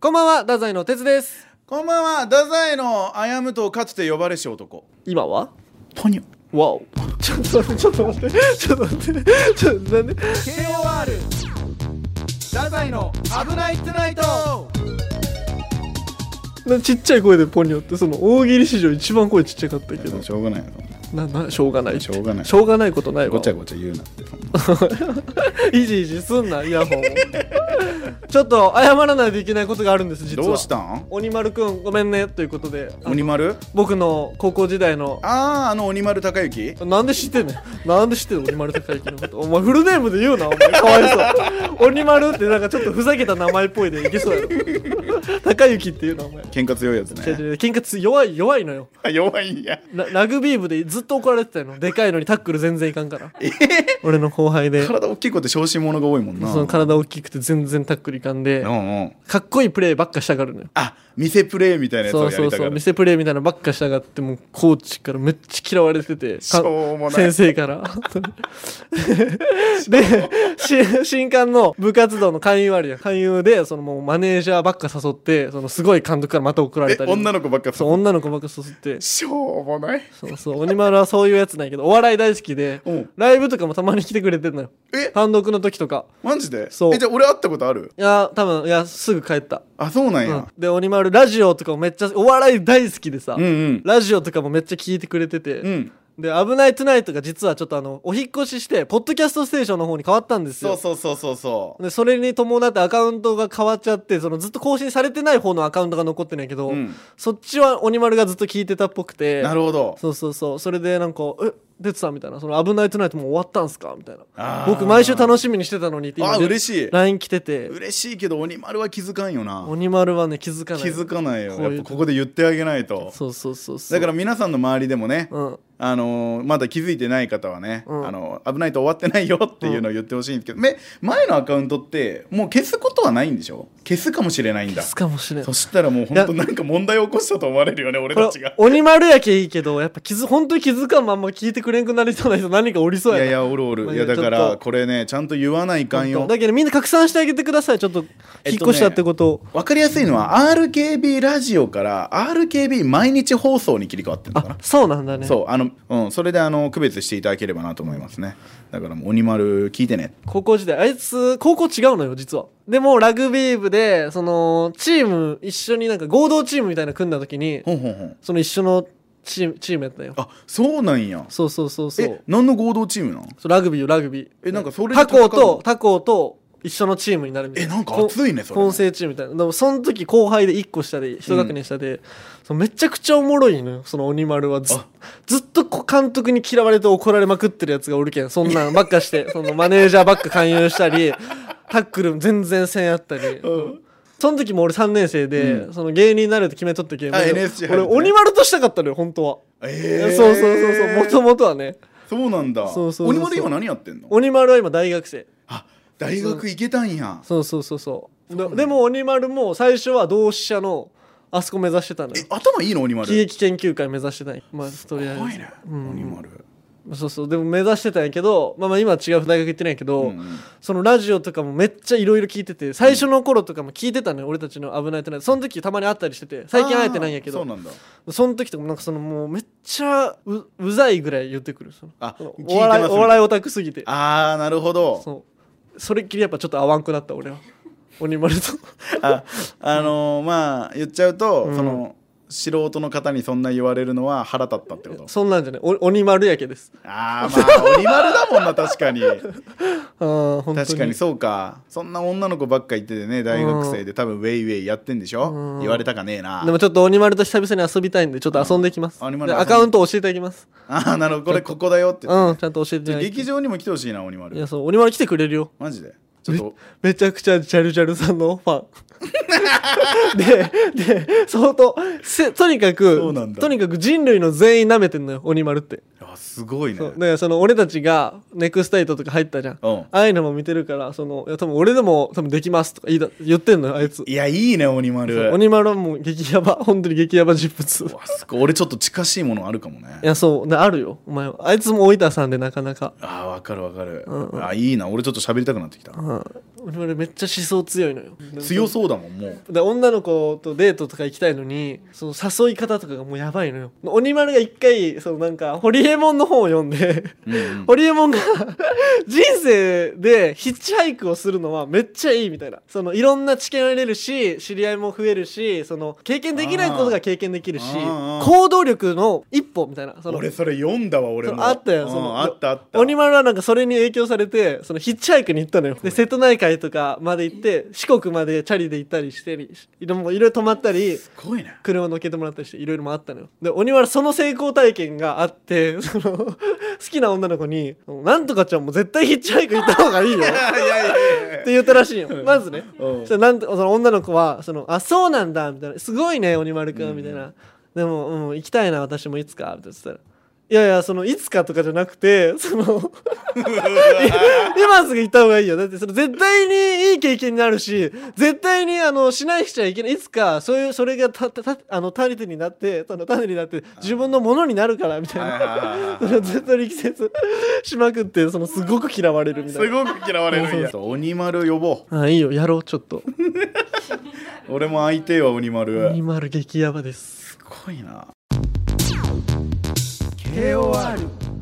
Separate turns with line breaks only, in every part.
こんばんは、太宰の哲です。
こんばんは太宰のあやむとかつて呼ばれし男
今は
ポニョ
わお。ちょっと待って、ちょっと待って、ちょっと待って、ちょっとなんで
KOR 太宰の危ないトゥナイト
なちっちゃい声でポニョって、その大喜利史上一番声ちっちゃかったけど、
しょうがないよ
な、な、しょうがないって。
しょうがない
しょうがないことないわ。
ごちゃごちゃ言うなってそんない
じいじすんな、イヤホン。ちょっと謝らないといけないことがあるんです、実は。
どうしたん
鬼丸くん、ごめんね、ということで。あの
鬼丸
僕の高校時代の。
あああの鬼丸高之
なんで知ってんねん。なんで知ってんの鬼丸高之のこと。お前フルネームで言うな、お前。かわいそう。鬼丸ってなんかちょっとふざけた名前っぽいでいけそうやろ。高之っていうの、お前。
喧嘩強いやつ
違う違
ね
う違う喧嘩つ弱い、弱いのよ。
弱いんや
ララグビー部でずっと怒られてたの。でかいのにタックル全然いかんから。俺の後輩で。
体大きい子って小心者が多いもんな
その体大きくて全然タックルいかんで
う。んうん
かっこいいプレーばっかしたがるのよ。
あ店プレイみたいなやつ
そ
を
う
や
そ
り
う
た
そ
か
う
ら
店プレーみたいなのばっかしたがってもうコーチからめっちゃ嫌われててか
しょうもない
先生から でし新刊の部活動の勧誘あるやん勧誘でそのもうマネージャーばっか誘ってそのすごい監督からまた怒られたり
え女の子ばっか
そう女の子ばっか誘って
しょうもない
そうそう鬼丸はそういうやつなんやけどお笑い大好きで
うん
ライブとかもたまに来てくれてんのよ
え
単独の時とか
マジで
そう
えじゃあ俺会ったことある
いや多分いやすぐ帰った、
あそうなん
う
や
ん、で鬼丸ラジオとかもめっちゃお笑い大好きでさ、
うんうん
ラジオとかもめっちゃ聞いてくれてて、
うん
で「危ないトゥナイト」が実はちょっとあのお引っ越ししてポッドキャストステーションの方に変わったんです
そ
よ
うそうそうそうそう
でそれに伴ってアカウントが変わっちゃってそのずっと更新されてない方のアカウントが残ってないけど、
うん
そっちは鬼丸がずっと聞いてたっぽくて
なるほど
そうそうそうそれでなんか「え出てた?」みたいな「その危ないトゥナイトもう終わったんすか?」みたいな
あ
「
ー
僕毎週楽しみにしてたのに」って
あ
で
嬉しい
LINE 来てて
嬉しいけど鬼丸は気づかんよな
鬼丸はね気づかない
気づかないよ
こういう
やっぱここで言ってあげないと
そうそうそうそう
だから皆さんの周りでもね、
うん
あのーまだ気づいてない方はね、
うん
あの危ないと終わってないよっていうのを言ってほしいんですけど、め前のアカウントってもう消すことはないんでしょ消すかもしれないんだ
気づかもしれん
そしたらもう本当なんか問題を起こしたと思われるよね俺た
こ
ち
れ
が
鬼丸やけいいけどやっぱ気づ本当に気づかんまんま聞いてくれんくなりそうな人何かおり
い
そうや
や
ない
やおるおる、
まあ
いやだか
ちょっ
ら
と
これねちゃんと言わないかんよ
だけどみんな拡散してあげてくださいちょっと
え
引っ
っとね
越したってことを、
わかりやすいのは RKB ラジオから RKB 毎日放送に切り替わってるのかな
あそうなんだね
そうあの、うん、それであの区別していただければなと思いますねだからもう鬼丸聞いてね
高校時代あいつ高校違うのよ実はでもラグビー部でそのチーム一緒になんか合同チームみたいなの組んだ時に
ほんほんほん
その一緒のチームチームやったよ
あそうなんや
そうそうそうそう
え何の合同チームなん
そうラグビーよラグビー
えなんかそれで
他校
戦うの
と他校と一緒のチームになるみたいな
えなんか熱いねそれ
混成チームみたいなでもその時後輩で1個下で1学年下で、そのめちゃくちゃおもろいのよその鬼丸はず
あ
ずっとこう監督に嫌われて怒られまくってるやつがおるけんそんなんばっかして そのマネージャーばっか勧誘したりタックル全然せんあったり、
うん
その時も俺3年生で、
う
その芸人になるって決めとったけん
あ
俺
NSC 入
俺
るね
鬼丸としたかったのよ本当は、
えー、
そうそうそうそうもともとはね
そうなんだ
そうそうそうそう
鬼丸今何やってんの
鬼丸は今大学生
あ大学行けたんや
そうそうそうそうででも鬼丸も最初は同志社のあそこ目指してたのよ
え頭いいの鬼丸
喜劇研究会目指してたんやまあとりあえず
怖いね、
うん
鬼丸、
そうそうでも目指してたんやけど、まあ、まあ今は違う大学行ってないけど、
うんうん
そのラジオとかもめっちゃいろいろ聞いてて最初の頃とかも聞いてたのよ俺たちの「危ないとない」その時たまに会ったりしてて最近会えてないんやけ
あー
ど
そうなんだ
その時とかもなんかそのもうめっちゃううざいぐらい言ってくるその
あ
その
聞いて
お笑い
ます
お笑いオタクすぎて
あーなるほど
そうそれっきりやっぱちょっと合わんくなった俺は鬼丸と
ああのーまあ言っちゃうと、
うん
その素人の方にそんな言われるのは腹立ったってこと
そんなんじゃないお鬼丸やけです
あーまあ鬼丸だもんな 確かに
ああ本当に
確かにそうかそんな女の子ばっか言っててね大学生で多分ウェイウェイやってんでしょ、
うん
言われたかねえな
でもちょっと鬼丸と久々に遊びたいんでちょっと遊んできます、
うん鬼丸
で
遊んで
アカウント教えてあげます
ああなるほどこれここだよって言っ
うんちゃんと教えて
て
あげて
劇場にも来てほしいな鬼丸
いやそう鬼丸来てくれるよ
マジでちょっと
めちゃくちゃジャルジャルさんのファ ンでで相当せとにか
そ
く
うなんだ
とにかく人類の全員舐めてんのよ鬼丸って、
あすごいね
そうだからその俺たちがネクスタイトとか入ったじゃん、
うん
ああいうのも見てるからそのいや多分俺でも多分できますとか言いだ言ってんのよあいつ
いやいいね鬼丸
鬼丸はもう激ヤバ本当に激ヤバ人物
うわすごい俺ちょっと近しいものあるかも
い
ね
やそうであるよお前はあいつも大分さんでなかなか
あーわかるわかる、
うんうん
あいいな俺ちょっと喋りたくなってきた、
うん鬼丸めっちゃ思想強いのよ
強そうだもんもう
だから女の子とデートとか行きたいのにその誘い方とかがもうやばいのよ鬼丸が一回そのなんかホリエモンの本を読んで
うんうん
ホリエモンが 人生でヒッチハイクをするのはめっちゃいいみたいなそのいろんな知見を得れるし知り合いも増えるしその経験できないことが経験できるし
あーあー
行動力の一歩みたいなその
俺それ読んだわ俺
そ
も
のあったよ
うん
その
あったあった
鬼丸はなんかそれに影響されてそのヒッチハイクに行ったのよで瀬戸内海とかまで行って四国までチャリで行ったりしてりいろいろいろ泊まったり
すごい な
車乗っけてもらったりしていろいろ回ったのよで鬼丸その成功体験があって その好きな女の子に「なんとかちゃんも絶対ヒッチハイク行った方がいいよ」
いやいやいやいや
って言ったらしいよまずね
うん
そしたらなんとその女の子はその「あそうなんだ」みたいな「すごいね鬼丸く
うん
ん」みたいな「でも、うん、行きたいな私もいつか」みたいな言ってたら「いやいやそのいつか」とかじゃなくてその 今すぐ行った方がいいよだってその絶対にいい経験になるし絶対にあのしないしちゃいけないいつかそういうそれがたたたあの種になってその種になって自分のものになるからみたい
はいは
ない
はいはい
それをずっと力説しまくってそのすごく嫌われるみた
す
いな。
ごく嫌われるんや鬼丸呼ぼ
あいいよやろうちょっと
う俺も相手は鬼丸
二丸激ヤバです
すごいな
KOR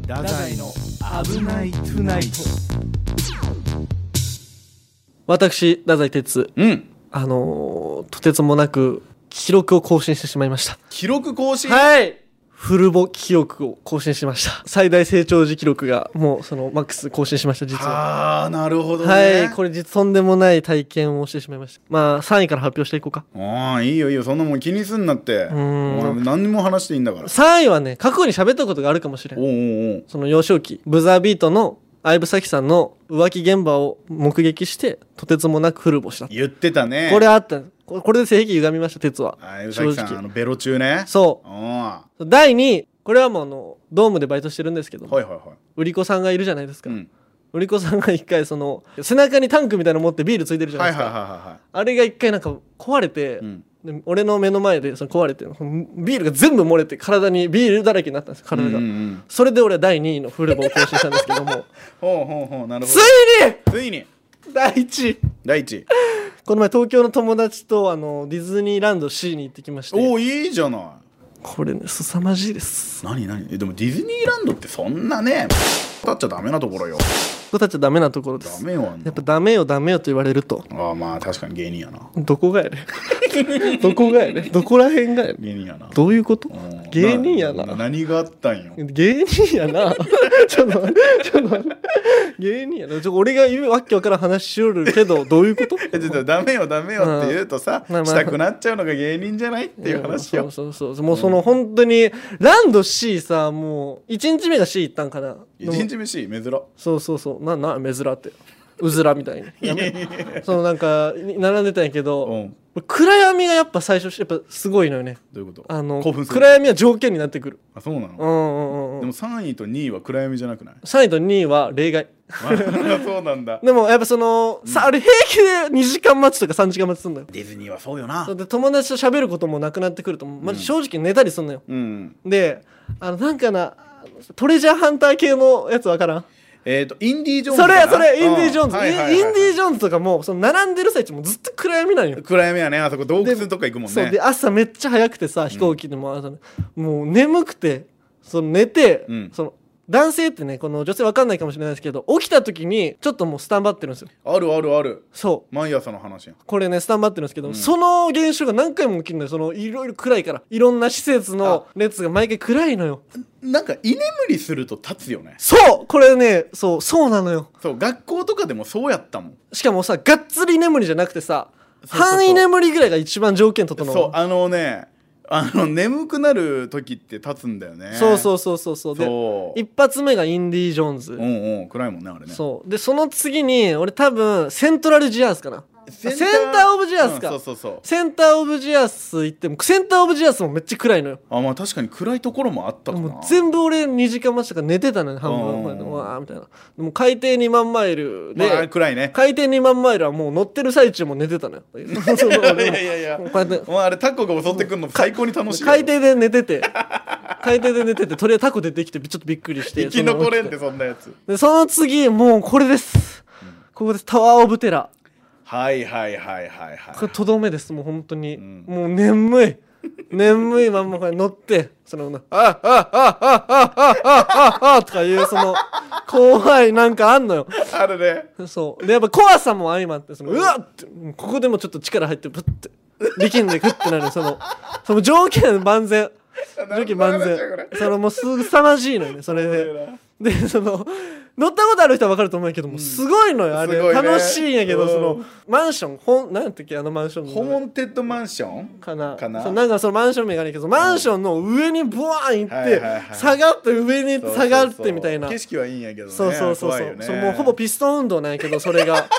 ダ
宰の
危ないトゥナイト
私太宰哲
うん
あのーとてつもなく記録を更新してしまいました
記録更新
はいフルボ記録を更新しました最大成長時記録がもうそのマックス更新しました実は
ああなるほどね
はいこれ実とんでもない体験をしてしまいましたまあ3位から発表していこうか
ああいいよいいよそんなもん気にすんなって
ーん
お前何にも話していいんだから
3位はね過去に喋ったことがあるかもしれ
お
ん
うおうおう
その幼少期ブザービートの相武咲さんの浮気現場を目撃してとてつもなくフルボした
言ってたね
これあったここれで性癖歪みました鉄は
はいうさ
正
きさんあ
直
のベロ中ね
そ
うんは
う第2位これはもうあのドームでバイトしてるんですけど
いはいは
売り子さんがいるじゃないです
い
か、
うん
売り子さんが一回その背中にタンクみたいなの持ってビールついてるじゃな
はいいはい
です
はい
か、
は
あれが一回なんか壊れて
いはい、うん
で俺の目の前でその壊れてビールが全部漏れて体にビールだらけになったんです体が、
うんうんうん
それで俺は第2位のフルボを更新したんですけども
ほうほうほうなるほ
ついに
どついに
第1位
第一位
この前東京の友達とあのディズニーランド C に行ってきまして
おおいいじゃない
これね凄まじいです
何何えでもディズニーランドってそんなね立っちゃダメなところよ
ここたちはダメなところで
ダ
す
メよあんな
やっぱダメよダメよと言われると
ああまあ確かに芸人やな
どこがやね どこがやねどこら辺がやね
芸人やな
どういうこと
うん
芸人やな
何があったんよ
芸人や なちょっと待ってちょっと待って芸人やなちょ俺が言うわっけわからん話しよるけどどういうこと
えちょっとダメよダメよって言うとさ、
うんまあまあ
したくなっちゃうのが芸人じゃないっていう話よ、
んそうそうそうもうその本当にランド C さもう1日目が C 行ったんかな
一日目し珍
そうそうそうなな珍ってうずらみたいにやめそのなんか並んでたんやけど、
うん
暗闇がやっぱ最初やっぱすごいのよね
どういうこと
あの
興奮する
暗闇は条件になってくる
あそうな
う
の、
んうんうんう
で
ん
も3位と2位は暗闇じゃなくない
3位と2位は例外
あそうなんだ
でもやっぱその、さあれ平気で2時間待ちとか3時間待ちすんだよ
ディズニーはそうよな
で友達と喋ることもなくなってくるとマジ正直寝たりすんのよ、
うん
であのなんかなトレジャーハンター系のやつわからん
えっ、とインディ・ージョーンズ
それ
かな
それイ
う
ン
ん
ディ・ジョーンズ、
はいはいはいはい
インディ・ジョーンズとかもその並んでる最中もずっと暗闇なんよ
暗闇やねあそこ洞窟とか行くもん
そう
ね
で朝めっちゃ早くてさ飛行機でも、あのもう眠くてその寝て、
うん
その男性ってねこの女性わかんないかもしれないですけど起きた時にちょっともうスタンバってるんですよ
あるあるある
そ
毎朝の話やん
うこれねスタンバってるんですけど、その現象が何回も起きるのよそのいろいろ暗いからいろんな施設の列が毎回暗いのよ
なんか居眠りすると立つよね
そうこれねそうそうなのよ
そう学校とかでもそうやったもん
しかもさがっつり眠りじゃなくてさ
そうそうそう
範囲眠りぐらいが一番条件整うの
そうあのねあの眠くなる時って立つんだよね
そうそうそうそうそうで
そう
一発目がインディ・ジョーンズ、
うんうん暗いもんねあれね
そうでその次に俺多分セントラルジアスかなセンターオブジアスか
うんそうそうそう
センターオブジアス行ってもセンターオブジアスもめっちゃ暗いのよ
あまあ確かに暗いところもあったかな
もう全部俺2時間待ちとから寝てたのよ半
うん
分
うんうん
うわーみたいなでも海底2万マイルで、
まあ暗 いね
海底2万マイルはもう乗ってる最中も寝てたのよその
いや
俺も
いやいや
もうこうやって
まああれタコが襲ってくるの最高に楽しいよ
海底で寝てて海底で寝ててとりあえずタコ出てきてちょっとびっくりして
生き残れん
その
でそんなやつ
でその次もうこれです、ここですタワー・オブ・テラー
はいはいはいはいはい
これとどめですもう本当に、
うん
もう眠い眠いまんまこれ乗ってその「あああああああああ」とかいうその怖いなんかあんのよ
あるね
そうでやっぱ怖さも相まってそのうわっってここでもちょっと力入ってプッて力んでグッてなるそのその条件万全条件万全
何の話だこれ
そのもうすさまじいのよねそれで。でその乗ったことある人は分かると思うけども、すごいのよあれ、
すごいね
楽しいんやけど、
うん
そのマンション本なんやったっけあのマンションの
ホモンテッドマンション
かな
かな
そうなんかそのマンション名がないけどマンションの上にボワーン行って、
はいはいはい
下がって上に
そうそうそ
下
う
がってみたいな
景色はいいんやけどね
そうそうそう
怖
そ、
いうよね
そのもうほぼピストン運動なんやけどそれが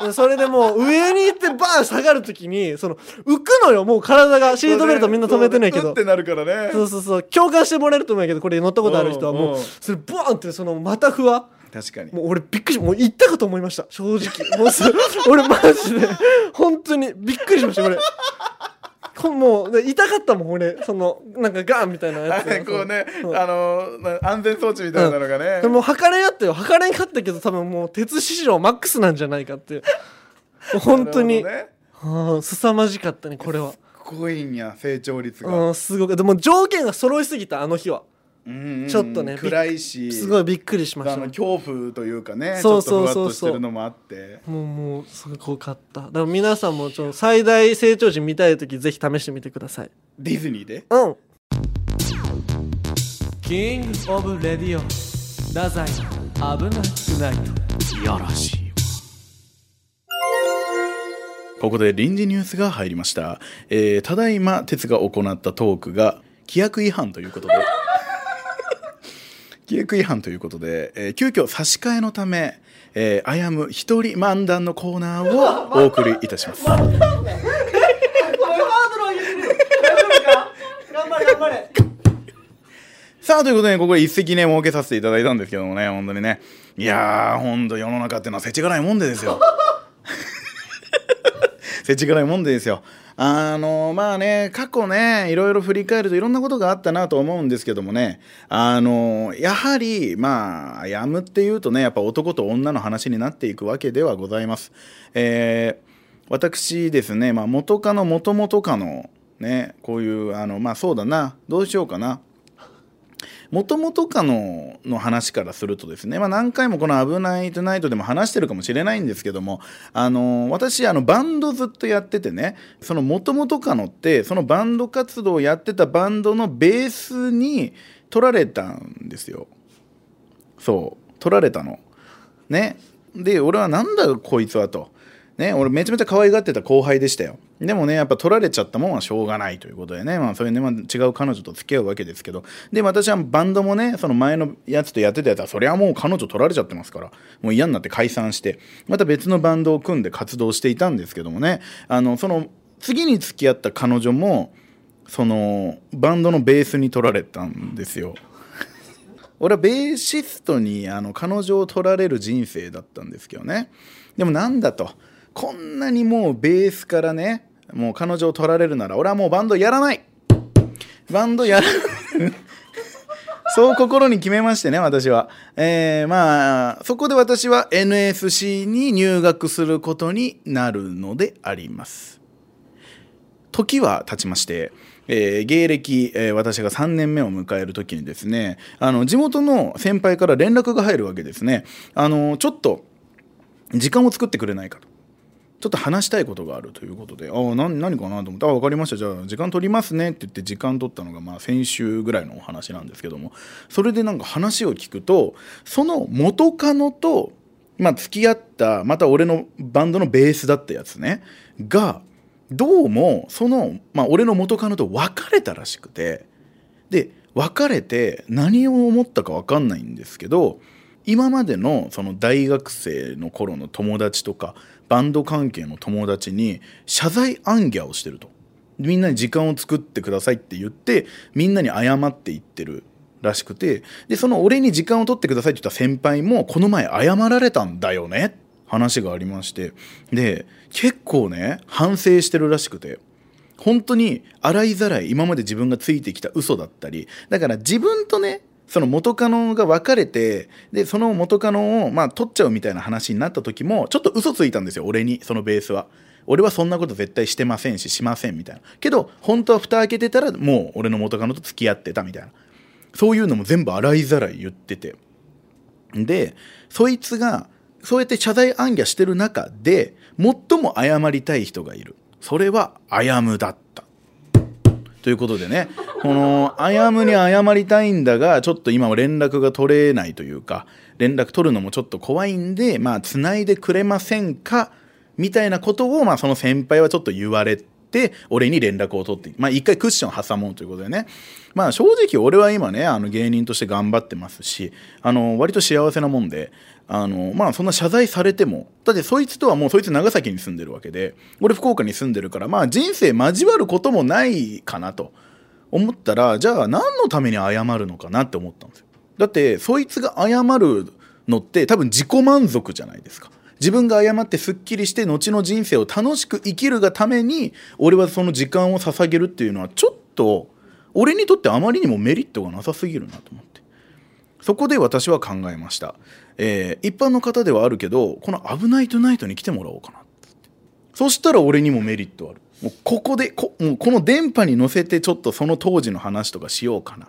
でそれでもう上に行ってバーン下がるときにその浮くのよもう体がシートベルトみんな止めてないけ
そ
ど
うねうってなるからね
そうそうそう共感してもらえると思うんやけどこれ乗ったことある人は
うん
も
う
うんそれボーンってそのまたふわ
確かに
もう俺びっくりしもう行ったかと思いました正直もうす 俺マジで本当にびっくりしました俺こもうで痛かったもん俺そのなんかガンみたいなや
あ
つ
れ こうね
そう
あのな安全装置みたいなのがね
でもう測れんやったよ測れんかったけど多分もう鉄史上マックスなんじゃないか っていう本当に、
なる
ああ凄まじかったねこれは
ほどねすごいんや成長率が
うんすごくでも条件が揃いすぎたあの日は
うんうん
ちょっとねびっ
暗いし
すごいびっくりしまし
あ
た
の
も
恐怖というかね
そうそう
ちょっとふわっ
そう
とし
そ
て
う
るのもあって
うもうすごかっただから皆さんもちょっと最大成長時見たい時ぜひ試してみてください
ディズニーで
うん。キングオブレディオ、太宰危なくないと。
いやらしいわここで臨時ニュースが入りました、えーただいま鉄が行ったトークが規約違反ということ で規約違反ということで、えー急遽差し替えのため、えー、あやむ一人漫談のコーナーをお送りいたします
ハードル上げてるよ。大丈夫か頑張れ頑張れ。
さあということでここで一席ね設けさせていただいたんですけどもね本当にねいやー本当世の中ってのは世知辛いもんでですよ 世知辛いもんでですよあのまあね過去ねいろいろ振り返るといろんなことがあったなと思うんですけどもねあのやはりまあやむっていうとねやっぱ男と女の話になっていくわけではございますえー私ですね、まあ、元カノ元々カノねこういうあのまあそうだなどうしようかなもともとかのの話からするとですね、まあ、何回もこの「危ないトゥナイト」でも話してるかもしれないんですけどもあの私あのバンドずっとやっててねそのもともとかのってそのバンド活動をやってたバンドのベースに取られたんですよ。そう取られたの。ねで俺はなんだこいつはと。ね、俺めちゃめちゃ可愛がってた後輩でしたよでもねやっぱ取られちゃったもんはしょうがないということでね、まあ、そういうね、まあ、違う彼女と付き合うわけですけどで私はバンドもねその前のやつとやってたやつはそりゃもう彼女取られちゃってますからもう嫌になって解散してまた別のバンドを組んで活動していたんですけどもねあのその次に付き合った彼女もそのバンドのベースに取られたんですよ。俺はベーシストにあの彼女を取られる人生だったんですけどねでもなんだとこんなにもうベースからねもう彼女を取られるなら俺はもうバンドやらないバンドやらそう心に決めましてね私はえー、まあそこで私は NSC に入学することになるのであります時は経ちまして、えー芸歴、えー私が3年目を迎える時にですねあの地元の先輩から連絡が入るわけですねあのちょっと時間を作ってくれないかと。ちょっと話したいことがあるということで、ああ、な何かなと思って、ああ、分かりました、じゃあ、時間取りますねって言って、時間取ったのが、まあ、先週ぐらいのお話なんですけども、それでなんか話を聞くと、その元カノと、まあ、付き合った、また俺のバンドのベースだったやつね、が、どうも、その、まあ、俺の元カノと別れたらしくて、で別れて何を思ったか分かんないんですけど今までのその大学生の頃の友達とかバンド関係の友達に謝罪暗記をしてるとみんなに時間を作ってくださいって言ってみんなに謝っていってるらしくてでその俺に時間を取ってくださいって言った先輩もこの前謝られたんだよね話がありましてで結構ね反省してるらしくて本当に洗いざらい今まで自分がついてきた嘘だったりだから自分とねその元カノが別れてでその元カノをまあ取っちゃうみたいな話になった時もちょっと嘘ついたんですよ俺にそのベースは。俺はそんなこと絶対してませんししませんみたいなけど本当は蓋開けてたらもう俺の元カノと付き合ってたみたいなそういうのも全部洗いざらい言っててでそいつがそうやって謝罪暗記してる中で最も謝りたい人がいるそれはあやむだったということでねこのあやむに謝りたいんだがちょっと今は連絡が取れないというか連絡取るのもちょっと怖いんでまあつないでくれませんかみたいなことを、まあ、その先輩はちょっと言われて俺に連絡を取ってまあ一回クッション挟もうということでねまあ正直俺は今ねあの芸人として頑張ってますしあの割と幸せなもんであのまあそんな謝罪されてもだってそいつとはもうそいつ長崎に住んでるわけで俺福岡に住んでるからまあ人生交わることもないかなと思ったらじゃあ何のために謝るのかなって思ったんですよだってそいつが謝るのって多分自己満足じゃないですか自分が謝ってすっきりして後の人生を楽しく生きるがために俺はその時間を捧げるっていうのはちょっと俺にとってあまりにもメリットがなさすぎるなと思って。そこで私は考えました、えー一般の方ではあるけどこの「危ないトゥナイト」に来てもらおうかなそしたら俺にもメリットあるもうここでこもうこの電波に乗せてちょっとその当時の話とかしようかな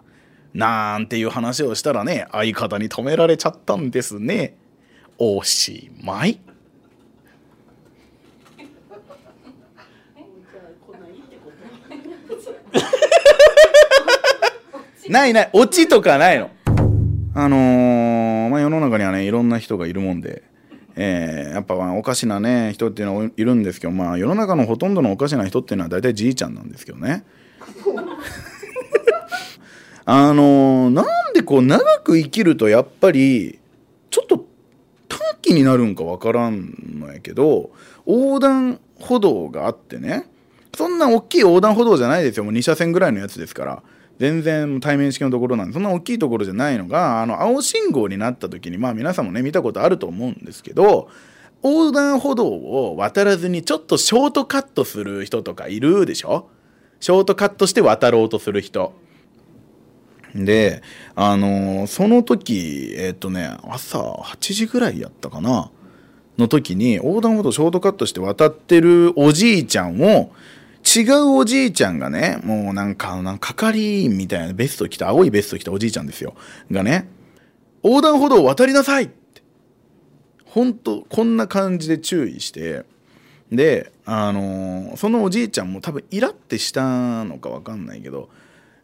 なんていう話をしたらね相方に止められちゃったんですねおしまいないないオチとかないのあのーまあ、世の中にはねいろんな人がいるもんで、えーやっぱまあおかしなね人っていうのはいるんですけど、まあ、世の中のほとんどのおかしな人っていうのは大体じいちゃんなんですけどね。 あのーなんでこう長く生きるとやっぱりちょっと短期になるんかわからんのやけど横断歩道があってねそんな大きい横断歩道じゃないですよもう2車線ぐらいのやつですから全然対面式のところなんでそんな大きいところじゃないのがあの青信号になった時にまあ皆さんもね見たことあると思うんですけど横断歩道を渡らずにちょっとショートカットする人とかいるでしょショートカットして渡ろうとする人。で、あのーその時、えっ、とね、朝8時ぐらいやったかな、の時に、横断歩道ショートカットして渡ってるおじいちゃんを、違うおじいちゃんがね、もうなんか、なんか係員みたいなベスト着た、青いベスト着たおじいちゃんですよ、がね、横断歩道を渡りなさいって、ほんと、こんな感じで注意して、で、あのーそのおじいちゃんも多分イラってしたのかわかんないけど、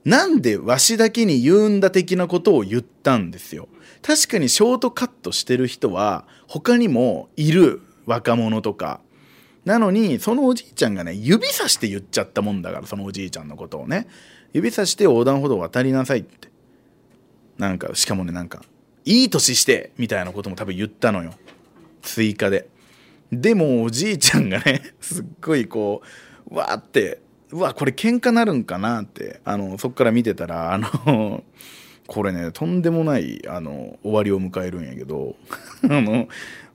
なんでわしだけに言うんだ的なことを言ったんですよ。確かにショートカットしてる人は他にもいる若者とか。なのにそのおじいちゃんがね指さして言っちゃったもんだからそのおじいちゃんのことをね指さして横断歩道を渡りなさいってなんかしかもねなんかいい年してみたいなことも多分言ったのよ追加ででもおじいちゃんがね すっごいこうわーってうわこれ喧嘩なるんかなってあのそっから見てたらあの これねとんでもないあの終わりを迎えるんやけど あの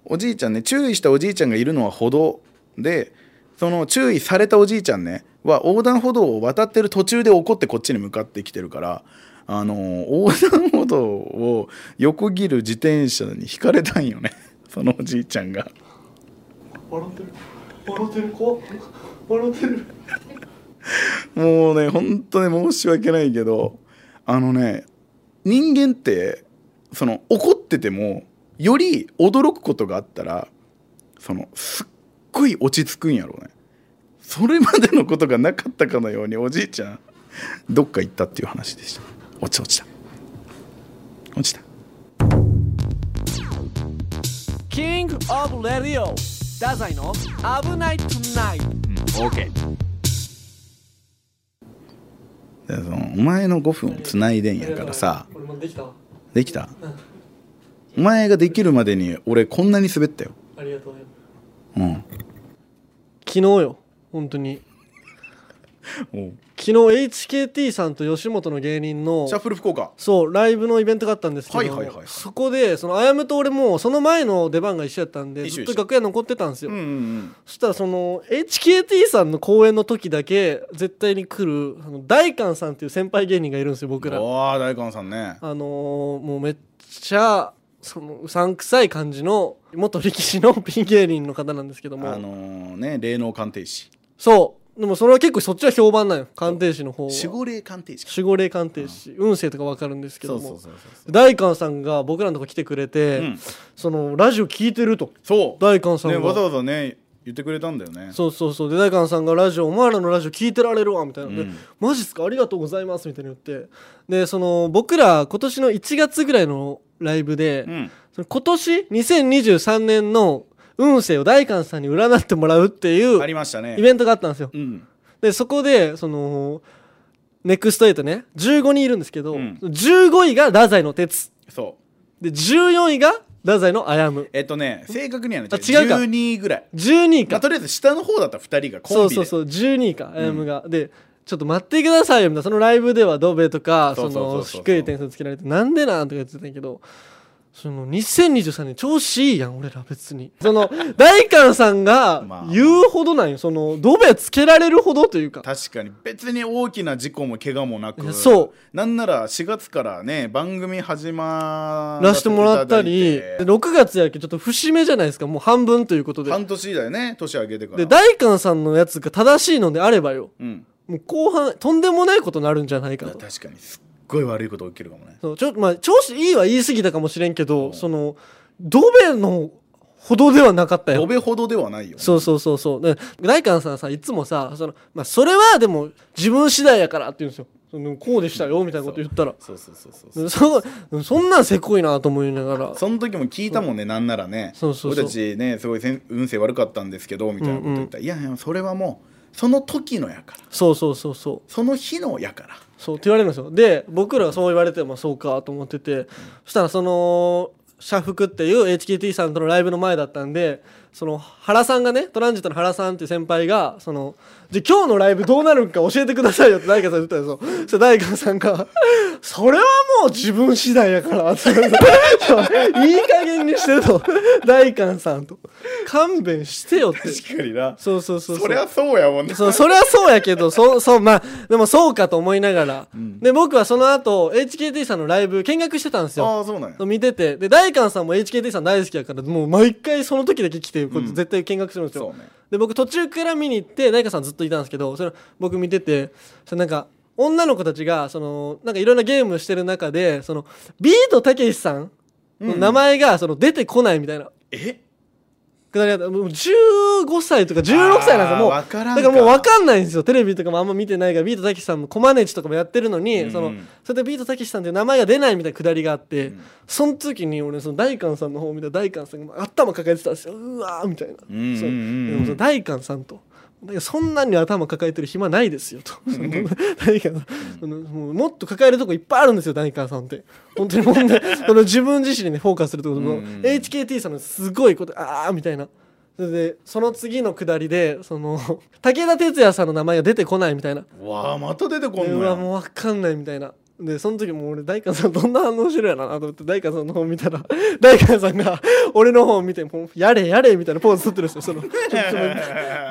おじいちゃんね注意したおじいちゃんがいるのは歩道でその注意されたおじいちゃんねは横断歩道を渡ってる途中で怒ってこっちに向かってきてるからあの横断歩道を横切る自転車にひかれたんよね そのおじいちゃんが。
笑ってる笑ってる怖っ笑ってる
もうね本当に申し訳ないけどあのね人間ってその怒っててもより驚くことがあったらそのすっごい落ち着くんやろうねそれまでのことがなかったかのようにおじいちゃんどっか行ったっていう話でした落ちた落ちた落ちた
キングオブレディオダザイの危ないトゥナイト
オーケーそのお前の5分をつないでんやからさ
俺もできたわ
できた
うん
お前ができるまでに俺こんなに滑ったよ
ありがとうよ
うん
昨日よ本当に
おう
昨昨日 HKT さんと吉本の芸人の
シャッフル福岡
そうライブのイベントがあったんですけど、
はいはいはいはい
そこでそのあやむと俺もその前の出番が一緒やったんで
一
ず
緒
っ
一緒
と楽屋残ってたんです
う
よ、
んうんうん
そしたらその HKT さんの公演の時だけ絶対に来るあの大観さんっていう先輩芸人がいるんですよ僕ら
ああ大観さんね
あのーもうめっちゃそのうさんくさい感じの元力士のピン芸人の方なんですけども、
あのね霊能鑑定士
そうでもそれは結構そっちは評判なんよ鑑定士の方は
守護霊鑑定士
守護霊鑑定士運勢とか分かるんですけど
そう
も
そうそうそう
大観さんが僕らのとこ来てくれて、
うん
そのラジオ聞いてると
そう
大観さん
ね
が、
わざわざね言ってくれたんだよね
そうそうそうで大観さんがラジオお前らのラジオ聞いてられるわみたいな、で
うん
マジっすかありがとうございますみたいに言ってでその僕ら今年の1月ぐらいのライブで、
うん
その今年2023年の運勢を大観さんに占ってもらうってい
あ
う
りましたね
イベントがあったんですよ
うん
でそこでそのネクストエイトね15人いるんですけど、
うん
15位が太宰の鉄
そう
で14位が太宰の歩
えっとね正確にはね
あ違うか
12ぐらい
12位
ま
か
あ、とりあえず下の方だったら2人がコンビ
そう
で
そうそう12位か AM が、でちょっと待ってくださいよみたいなそのライブではドベとか
そ
そう
そうそう
の
そうそう
低い点数つけられてなんでなんとか言ってたんやけどその2023年調子いいやん俺ら別にその大観さん
ま
が
あ
言うほどなんよそのドベつけられるほどというか
確かに別に大きな事故も怪我もなく
そう
なんなら4月からね番組始ま
らしてもらったり
いただいて
で6月やけどちょっと節目じゃないですかもう半分ということで
半年だよね年上げてから
で大観さんのやつが正しいのであればよ
うん、
もう後半とんでもないことになるんじゃないかと
確かにすっごい悪いこと起きるかもね
そうちょまあ調子いいは言い過ぎたかもしれんけど、
うん
そのドベのほどではなかった
延
よ
べほどではないよ
そうそうそうそうで大観さんさいつもさその、まあ、それはでも自分次第やからって言うんですよそのこうでしたよみたいなこと言ったら
そうそうそうそうそう
そそんなんせこいなと思いながら
その時も聞いたもんねなんならね
そうそうそう
俺たちねすごいせん運勢悪かったんですけどみたいなこと言ったら、いやいやそれはもうその時のやから
そうそうそうそう
その日のやから
そうって言われるんですよで僕らはそう言われてまあそうかと思っててそしたらその社服っていう HKT さんとのライブの前だったんでその原さんがねトランジットの原さんっていう先輩がそのじゃあ今日のライブどうなるんか教えてくださいよって大川さん言ったん ですよそしたら大川さんが「それはもう自分次第やから」って言われていい加減にしてと大川さんと勘弁してよって
確かにな
そうそうそうう
そりゃそうやもんね
そうそれはそうやけどそうそうまあでもそうかと思いながら、で僕はその後 HKT さんのライブ見学してたんですよ
ああそうなんや
見ててで大観さんも HKT さん大好きやからもう毎回その時だけ来てこう絶対見学するんですよ、
そうね
で僕途中から見に行って大観さんずっといたんですけどそれ僕見ててそれなんか女の子たちがそのなんかいろんなゲームしてる中でそのビートたけしさんの名前がその出てこないみたいな
え
くだりがもう15歳とか16歳なんですよ
あー
もう
わからんか
だからもう分かんないんですよテレビとかもあんま見てないからビートたけしさんもコマネチとかもやってるのに、
うん
そのそれでビートたけしさんっていう名前が出ないみたいなくだりがあって、
ん
その時に俺その大観さんの方を見たら大観さんが頭抱えてたんですようわーみたいな、
うんうんうん
そうでもその大観さんと。だからそんなに頭抱えてる暇ないですよとその大観さんそのもうもっと抱えるとこいっぱいあるんですよ大観さんって本当にもう ねその自分自身にねフォーカスするってこと
う
の
んうん
HKT さんのすごいことああみたいなそれでその次のくだりでその武田鉄矢さんの名前が出てこないみたいな
わあまた出てこん
う
のや
わもう分かんないみたいなでその時もう俺大観さんどんな反応してるやろなと思って大観さんの方見たら 大観さんが俺の方を見てもうやれやれみたいなポーズ取ってるんですよそのちょちょもう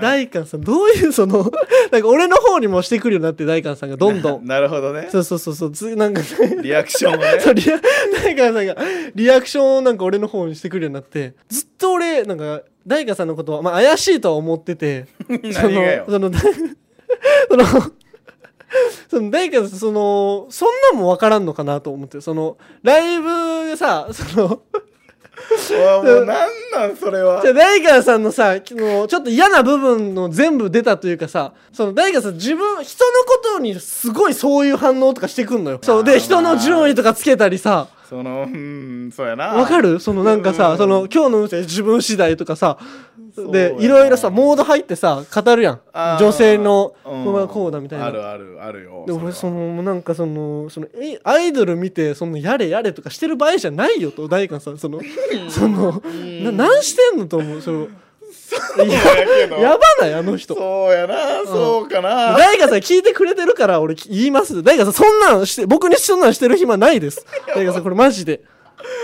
大観さんどういうそのなんか俺の方にもしてくるようになって大観さんがどんどん
なるほどね
そうそうそうそうつなんかね
リアクションをね
そうリア大川さんがリアクションをなんか俺の方にしてくるようになってずっと俺なんか大川さんのことは、まあ、怪しいとは思ってて
何
その
がよ
そのだ そのその大川さんそのそんなんも分からんのかなと思ってそのライブでさその
うわもうなんなんそれは
じゃあ大川さんのさきのちょっと嫌な部分の全部出たというかさその大川さん自分人のことにすごいそういう反応とかしてくんのよそう
あー
で人の順位とかつけたりさ
そのうんそうやな
わかるそのなんか
う
さ
ん
その今日の運勢自分次第とかさ
そうや
で
ない
ろいろさモード入ってさ語るやん
あー
女性の
うん
こうだこうだみたいな。
あるあるあるよ
で俺
そ
そ
れは
のもうなんかそのそのえアイドル見てそのやれやれとかしてる場合じゃないよと大観さんそのそのな何してんのと思うその
そうやけど
やばないあの人
そうやなそうかな、
大河さん聞いてくれてるから俺言います大河さんそんなんして僕にそんなんしてる暇ないです大河さんこれマジで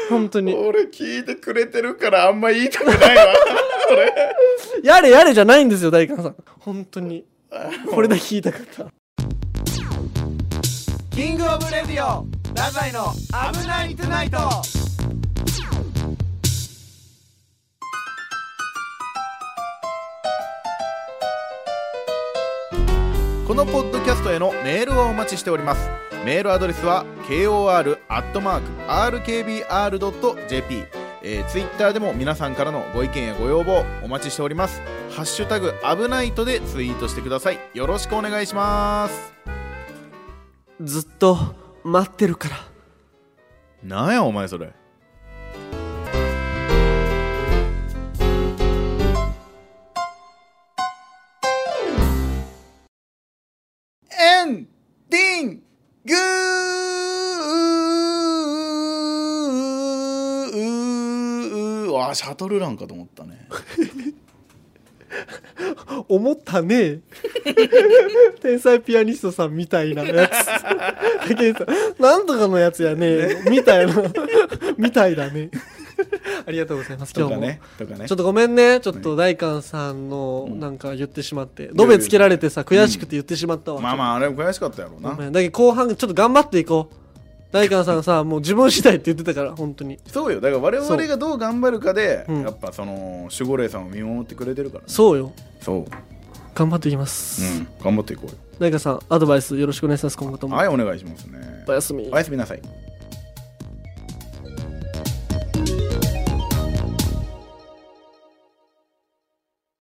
本当に
俺聞いてくれてるからあんま言いたくないわ それ
やれやれじゃないんですよ大河さん本当にこれだけ聞いたかった
キングオブレディオラザイの危ないトゥナイト
このポッドキャストへのメールをお待ちしておりますメールアドレスは kor.rkbr.jp えー、ツイッターでも皆さんからのご意見やご要望お待ちしておりますハッシュタグ危ないとでツイートしてくださいよろしくお願いします
ずっと待ってるから
なんやお前それエンディングあシャトルランかと思った ね
思ったね え天才ピアニストさんみたいなやつ 竹内さんなんとかのやつやねえみたいなみたいだねありがとうございます今
と
日
か
も、
ねとかね
ちょっとごめんねちょっと大観さんのなんか言ってしまってドベつけられてさ悔しくて言ってしまったわ、
まあまああれも悔しかったやろう
ご
な
めんだけど後半ちょっと頑張っていこう大観さんさもう自分次第って言ってたから本当に
そうよだから我々
そう
がどう頑張るかで、
うん
やっぱその守護霊さんを見守ってくれてるから
そうよ
そう、うん、
頑張っていきます、
頑張っていこうよ
大観さんアドバイスよろしくお願いします今後とも、
はいお願いしますね
おやすみ
おやすみなさい
「